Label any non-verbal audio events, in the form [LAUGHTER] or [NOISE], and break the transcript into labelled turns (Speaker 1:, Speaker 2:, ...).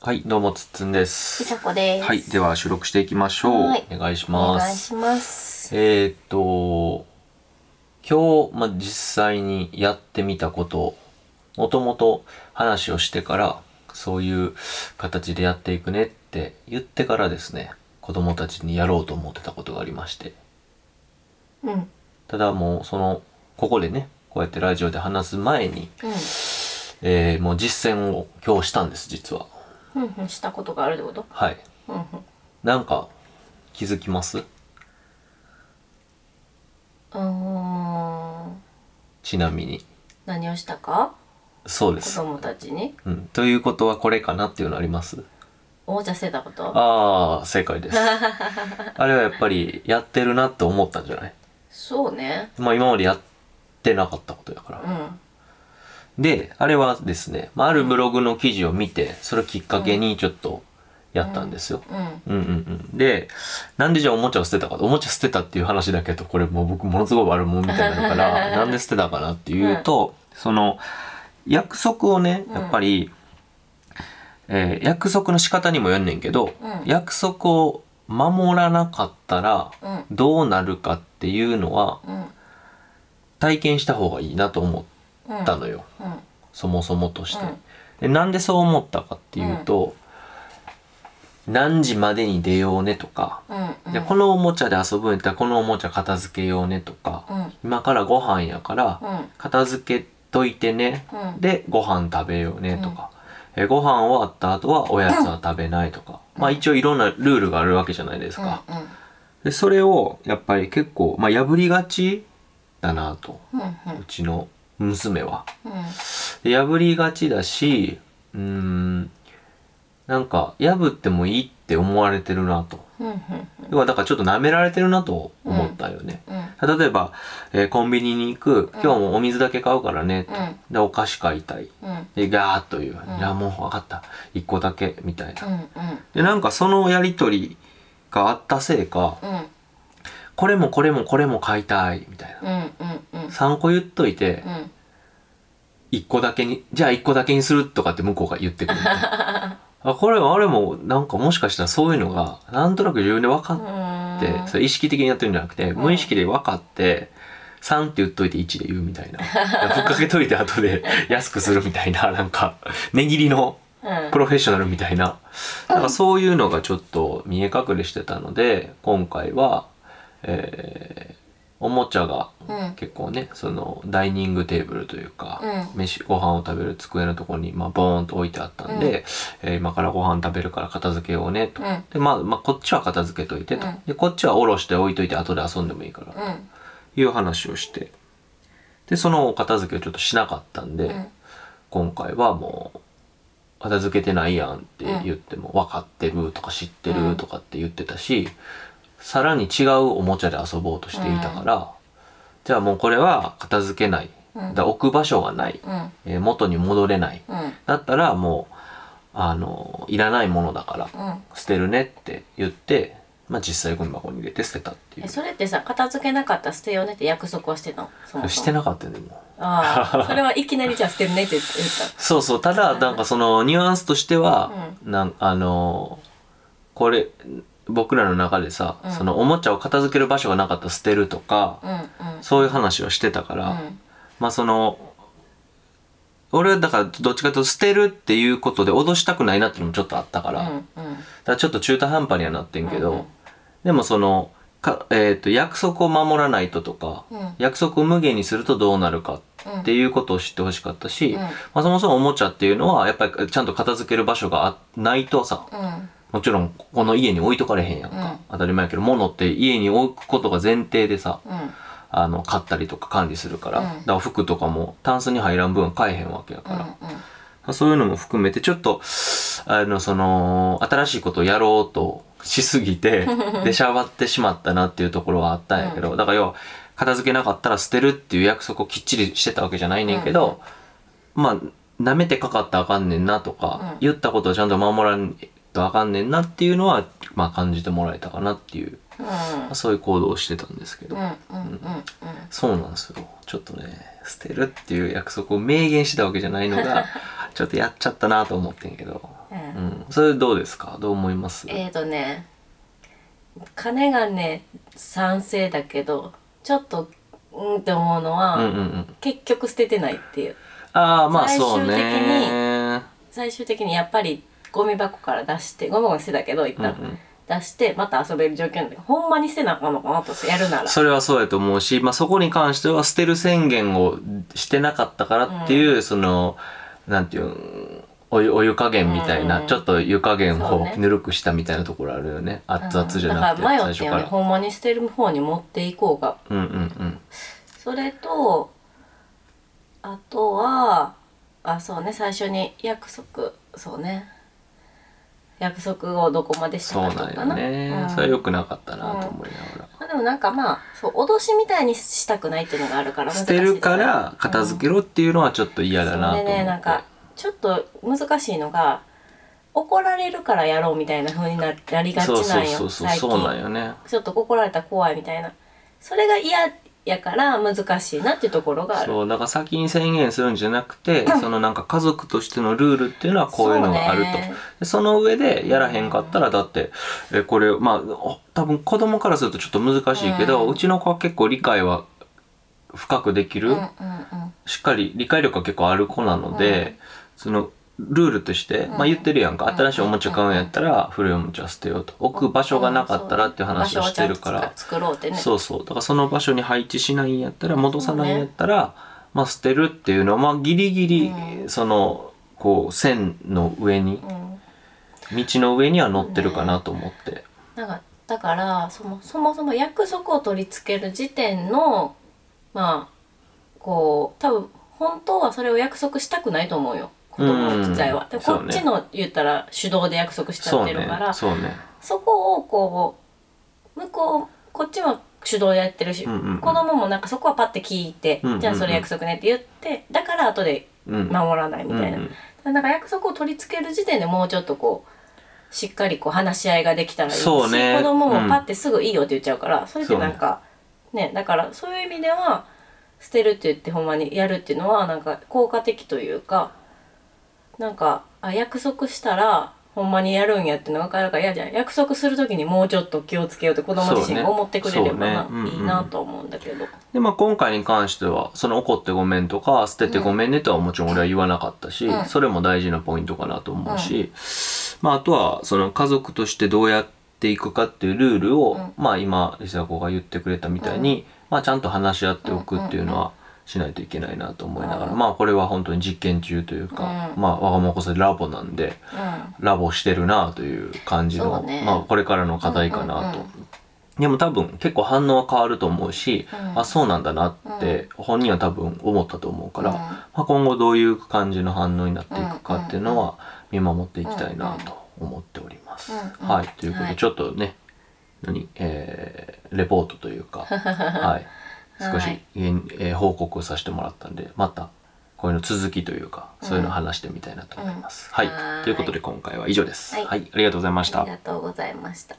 Speaker 1: はい、どうも、つっつんです。
Speaker 2: いさこです。
Speaker 1: はい、では収録していきましょう。
Speaker 2: はい
Speaker 1: お願いし
Speaker 2: お
Speaker 1: ま
Speaker 2: 願い
Speaker 1: す。
Speaker 2: します。
Speaker 1: えーっと、今日、まあ、実際にやってみたこと、もともと話をしてから、そういう形でやっていくねって言ってからですね、子供たちにやろうと思ってたことがありまして。
Speaker 2: うん、うん、
Speaker 1: ただもう、その、ここでね、こうやってラジオで話す前に、えーもう実践を今日したんです、実は。
Speaker 2: ふんふんしたことがあるってこと。
Speaker 1: はい。
Speaker 2: うんうん
Speaker 1: なんか、気づきます
Speaker 2: うーん、
Speaker 1: ちなみに。
Speaker 2: 何をしたか、
Speaker 1: そうで
Speaker 2: 子
Speaker 1: す。
Speaker 2: 供たちに。
Speaker 1: うん。ということはこれかなっていうのあります
Speaker 2: おじゃせたこと。
Speaker 1: ああ、正解 [LAUGHS] です。あれはやっぱりやってるなって思ったんじゃない
Speaker 2: そうね。
Speaker 1: まあ今までやってなかったことだか
Speaker 2: う
Speaker 1: ら。
Speaker 2: ん、
Speaker 1: で、あれはですね、まあ、あるブログの記事を見て、それをきっかけにちょっとやったんですよ。
Speaker 2: うん、
Speaker 1: うんうんうん。で、なんでじゃあおもちゃを捨てたかと、おもちゃ捨てたっていう話だけど、これもう僕ものすごい悪者みたいになるから、
Speaker 2: [LAUGHS]
Speaker 1: なんで捨てたかなっていうと、その、約束をね、
Speaker 2: うん
Speaker 1: やっぱり、えー約束の仕方にもよんねんけど、
Speaker 2: うん
Speaker 1: 約束を守らなかったら、
Speaker 2: うん、
Speaker 1: どうなるかっていうのは、
Speaker 2: うん、
Speaker 1: 体験した方がいいなと思
Speaker 2: うん、
Speaker 1: ったのよ。
Speaker 2: うん、
Speaker 1: そもそもとして、
Speaker 2: うん
Speaker 1: でなんでそう思ったかっていうと、何時までに出ようねとか、
Speaker 2: うん、うん、
Speaker 1: でこのおもちゃで遊ぶんやったらこのおもちゃ片付けようねとか、
Speaker 2: うん、うん、
Speaker 1: 今からご飯やから片付けといてね、
Speaker 2: うん
Speaker 1: でご飯食べようねとか、えご飯終わった後はおやつは食べないとか、まあ一応いろんなルールがあるわけじゃないですか、
Speaker 2: うん、
Speaker 1: でそれをやっぱり結構、まあ、破りがちだなと
Speaker 2: うん、うん、う、
Speaker 1: うんちの娘は。
Speaker 2: うん、
Speaker 1: 破りがちだしうーんなんか破ってもいいって思われてるなと
Speaker 2: うん、
Speaker 1: 要はだからちょっと舐められてるなと思ったよね、
Speaker 2: うん、
Speaker 1: 例えば、えーコンビニに行く「今日もお水だけ買うからね」と
Speaker 2: うん
Speaker 1: でお菓子買いたい
Speaker 2: うん、
Speaker 1: でガーッと言う「
Speaker 2: ん
Speaker 1: いやもう分かった1個だけ」みたいな
Speaker 2: うん、うん、
Speaker 1: でなんかそのやり取りがあったせいか
Speaker 2: うん、うん、
Speaker 1: 「これもこれもこれも買いたい」みたいな
Speaker 2: うん、うん、
Speaker 1: 3個言っといて
Speaker 2: うん、
Speaker 1: 一個だけに、じゃあ一個だけにするとかって向こうが言ってくるみたい
Speaker 2: [LAUGHS]
Speaker 1: な。あ、これはあれも、なんかもしかしたらそういうのが、なんとなく自分で分か
Speaker 2: う
Speaker 1: っ
Speaker 2: ーん
Speaker 1: て、それ意識的にやってるんじゃなくて、無意識で分かって、3って言っといて1で言うみた
Speaker 2: [LAUGHS]
Speaker 1: いな。ふっかけといて後で [LAUGHS] 安くするみたいな、なんか、値切りの
Speaker 2: うん
Speaker 1: プロフェッショナルみたいな。なんかそういうのがちょっと見え隠れしてたので、今回は、えーおもちゃが
Speaker 2: うん
Speaker 1: 結構ねそのダイニングテーブルというか、
Speaker 2: う
Speaker 1: 飯ご飯を食べる机のところに、まあ、ボーンと置いてあったんで、えー今からご飯食べるから片付けようねと、
Speaker 2: うん
Speaker 1: で、まあ、まあこっちは片付けといてと、
Speaker 2: うん
Speaker 1: でこっちはおろして置いといて後で遊んでもいいから、
Speaker 2: うん
Speaker 1: いう話をしてでそのお片付けをちょっとしなかったんで、
Speaker 2: うん
Speaker 1: 今回はもう片付けてないやんって言っても、分かってるとか知ってるとかって言ってたし、さらに違うおもちゃで遊ぼうとしていたから、じゃあもうこれは片付けない、
Speaker 2: う
Speaker 1: だ
Speaker 2: ん
Speaker 1: から置く場所がない、
Speaker 2: うん
Speaker 1: えー元に戻れない
Speaker 2: うん
Speaker 1: だったらもうあのいらないものだから
Speaker 2: うん
Speaker 1: 捨てるねって言って、まあ、実際ゴミ箱に入れて捨てたってい
Speaker 2: え
Speaker 1: う
Speaker 2: それってさ片付けなかったら捨てようねって約束はしてたのそもそも
Speaker 1: してなかったよねもう。
Speaker 2: ああそれはいきなりじゃあ捨てるねって言っ
Speaker 1: そうそうただなんかそのニュアンスとしては、なんあのーこれ僕らの中でさ、
Speaker 2: うん
Speaker 1: そのおもちゃを片付ける場所がなかったら捨てるとか、
Speaker 2: たうんうん
Speaker 1: そういう話をしてたから、まあその俺はだからどっちかというと捨てるっていうことで脅したくないなっていうのもちょっとあったから、だ
Speaker 2: うんうん
Speaker 1: からちょっと中途半端にはなってんけど、
Speaker 2: うんうん
Speaker 1: でもそのか、えー、と約束を守らないととか、
Speaker 2: うん
Speaker 1: 約束を無限にするとどうなるかっていうことを知ってほしかったし、
Speaker 2: うん
Speaker 1: まあ、そもそもおもちゃっていうのはやっぱりちゃんと片付ける場所があないとさ
Speaker 2: うん
Speaker 1: もちろんこの家に置いとかれへんやんか、
Speaker 2: うん
Speaker 1: 当たり前やけど物って家に置くことが前提でさ
Speaker 2: うん
Speaker 1: あの買ったりとか管理するから、
Speaker 2: うん
Speaker 1: だから服とかもタンスに入らん分買えへんわけやから、ま
Speaker 2: うん
Speaker 1: あそういうのも含めてちょっとあのその新しいことをやろうとしすぎて出しゃばってしまったなっていうところはあったんやけど、だから要は片付けなかったら捨てるっていう約束をきっちりしてたわけじゃないねんけど、まあなめてかかったらあかんねんなとか、
Speaker 2: うん
Speaker 1: 言ったことをちゃんと守らんとあかんねんなっていうのは、まあ、感じてもらえたかなっていう、まあそういう行動をしてたんですけど、
Speaker 2: うんうんうんうん
Speaker 1: そうなんですよちょっとね捨てるって
Speaker 2: [LAUGHS]
Speaker 1: いう約束を明言してたわけじゃないのがちょっとやっちゃったなと思ってんけど、
Speaker 2: うん
Speaker 1: うん、それどうですかどう思います
Speaker 2: えーとね金がね賛成だけどちょっとうんって思うのは、
Speaker 1: うんうんうん
Speaker 2: 結局捨ててないっていう
Speaker 1: ああまあ
Speaker 2: 最終
Speaker 1: そう
Speaker 2: 的に
Speaker 1: ね
Speaker 2: 最終的にやっぱりゴミ箱から出してゴミ箱に捨てたけど一
Speaker 1: うんう
Speaker 2: 旦、
Speaker 1: ん
Speaker 2: 出してまた遊べる状況なんだけどほんまに捨てなあかんのかなとやるなら
Speaker 1: それはそうやと思うし、まあ、そこに関しては捨てる宣言をしてなかったからっていう、そのなんていうんお湯お湯加減みたいな、
Speaker 2: うん
Speaker 1: ちょっと湯加減
Speaker 2: そう
Speaker 1: を
Speaker 2: ね
Speaker 1: ぬるくしたみたいなところあるよね熱々じゃなくて、
Speaker 2: うんだから
Speaker 1: 最
Speaker 2: 迷って
Speaker 1: 初
Speaker 2: よ
Speaker 1: か
Speaker 2: ね
Speaker 1: ら。
Speaker 2: ほんまに捨てる方に持っていこうが
Speaker 1: うんうんうん
Speaker 2: それとあとはあそうね最初に約束そうね約束をどこまでした
Speaker 1: そう
Speaker 2: か
Speaker 1: なん
Speaker 2: と
Speaker 1: よ
Speaker 2: かな
Speaker 1: ね、
Speaker 2: うん
Speaker 1: それは良くなかったなと思いながら、
Speaker 2: まあ、でもなんかまあそう脅しみたいにしたくないっていうのがあるから
Speaker 1: 捨てるから片付けろっていうのはちょっと嫌
Speaker 2: け
Speaker 1: だなと思っ
Speaker 2: そ
Speaker 1: て、
Speaker 2: れでねなんかちょっと難しいのが怒られるからやろうみたいな風にななりがち
Speaker 1: そう
Speaker 2: な
Speaker 1: そうん
Speaker 2: よ
Speaker 1: そうそう
Speaker 2: 最近
Speaker 1: そうなんよね
Speaker 2: ちょっと怒られたら怖いみたいなそれが嫌やから難しいなっていうところがある
Speaker 1: そうだから先に宣言するんじゃなく [LAUGHS] て、そのなんか家族としてのルールっていうのはこういうのがあると
Speaker 2: そうね
Speaker 1: でその上でやらへんかったらだってえこれまあお多分子供からするとちょっと難しいけど、
Speaker 2: う
Speaker 1: うんちの子は結構理解は深くできる、
Speaker 2: うんうんうん
Speaker 1: しっかり理解力が結構ある子なので、そのルールとして、
Speaker 2: うん
Speaker 1: まあ言ってるやんか
Speaker 2: うん
Speaker 1: 新しいおもちゃ買うんやったら古いおもちゃ捨てようと置く場所がなかったらっていう話をしてるから、
Speaker 2: 場所をちゃんと作ろうってね
Speaker 1: そうそうだからその場所に配置しないんやったら戻さないんやったら、まあ捨てるっていうのはまあギリギリ、
Speaker 2: うん
Speaker 1: そのこう線の上に
Speaker 2: うん
Speaker 1: 道の上には乗ってるかなと思って、
Speaker 2: なんかだからそもそもそも約束を取り付ける時点のまあこう多分本当はそれを約束したくないと思うよ子供自体は、
Speaker 1: うん
Speaker 2: でも
Speaker 1: そう
Speaker 2: こ
Speaker 1: ね
Speaker 2: っちの言ったら手動で約束しちゃ
Speaker 1: そ
Speaker 2: っ
Speaker 1: う
Speaker 2: てる
Speaker 1: ね
Speaker 2: からそ,、
Speaker 1: そうね
Speaker 2: こをこう向こうこっちは手動でやってるし、
Speaker 1: うんうんうん
Speaker 2: 子供もなんかそこはパッて聞いて、
Speaker 1: うんうんうん
Speaker 2: じゃあそれ約束ねって言ってだから後で
Speaker 1: うん
Speaker 2: 守らないみたいな、
Speaker 1: うん
Speaker 2: なんか約束を取り付ける時点でもうちょっとこうしっかりこう話し合いができたらいいし、
Speaker 1: そうね
Speaker 2: 子供も
Speaker 1: うん
Speaker 2: パッてすぐいいよって言っちゃうから、それってなんかねだからそういう意味では捨てるって言ってほんまにやるっていうのはなんか効果的というかなんかあ約束したらほんまにやるんやっていうのが分かるから嫌じゃん約束する時にもうちょっと気をつけようって子供自身が思ってくれればな、
Speaker 1: そうねそうねうんうん
Speaker 2: いいなと思うんだけど、
Speaker 1: でまあ、今回に関してはその怒ってごめんとか捨ててごめんねとはもちろん俺は言わなかったし、
Speaker 2: うん
Speaker 1: それも大事なポイントかなと思うし、まあ、あとはその家族としてどうやっていくかっていうルールを、
Speaker 2: うん
Speaker 1: まあ、今梨紗子が言ってくれたみたいに、まあ、ちゃんと話し合っておくっていうのはしないといけないなと思いながら、
Speaker 2: うん
Speaker 1: まあこれは本当に実験中というか、
Speaker 2: うん
Speaker 1: まあ我がもこそラボなんで
Speaker 2: うん
Speaker 1: ラボしてるなという感じ
Speaker 2: そ
Speaker 1: の、
Speaker 2: うね
Speaker 1: まあ、これからの課題かなと。
Speaker 2: うんうん
Speaker 1: でも多分結構反応は変わると思うし、
Speaker 2: うん
Speaker 1: あそうなんだなって本人は多分思ったと思うから、
Speaker 2: うん
Speaker 1: まあ、今後どういう感じの反応になっていくかっていうのは見守っていきたいなと思っております。
Speaker 2: うんうん
Speaker 1: はいということ
Speaker 2: は
Speaker 1: で
Speaker 2: い
Speaker 1: ちょっとね何、えーレポートというか、
Speaker 2: [LAUGHS]
Speaker 1: はい、少し、
Speaker 2: はい
Speaker 1: えー報告をさせてもらったんでまたこういうの続きというかそういうのを話してみたいなと思います。
Speaker 2: うん
Speaker 1: は
Speaker 2: はいい
Speaker 1: ということで今回は以上です。
Speaker 2: はい
Speaker 1: はい、ありがとうございました
Speaker 2: あり。がとうございました。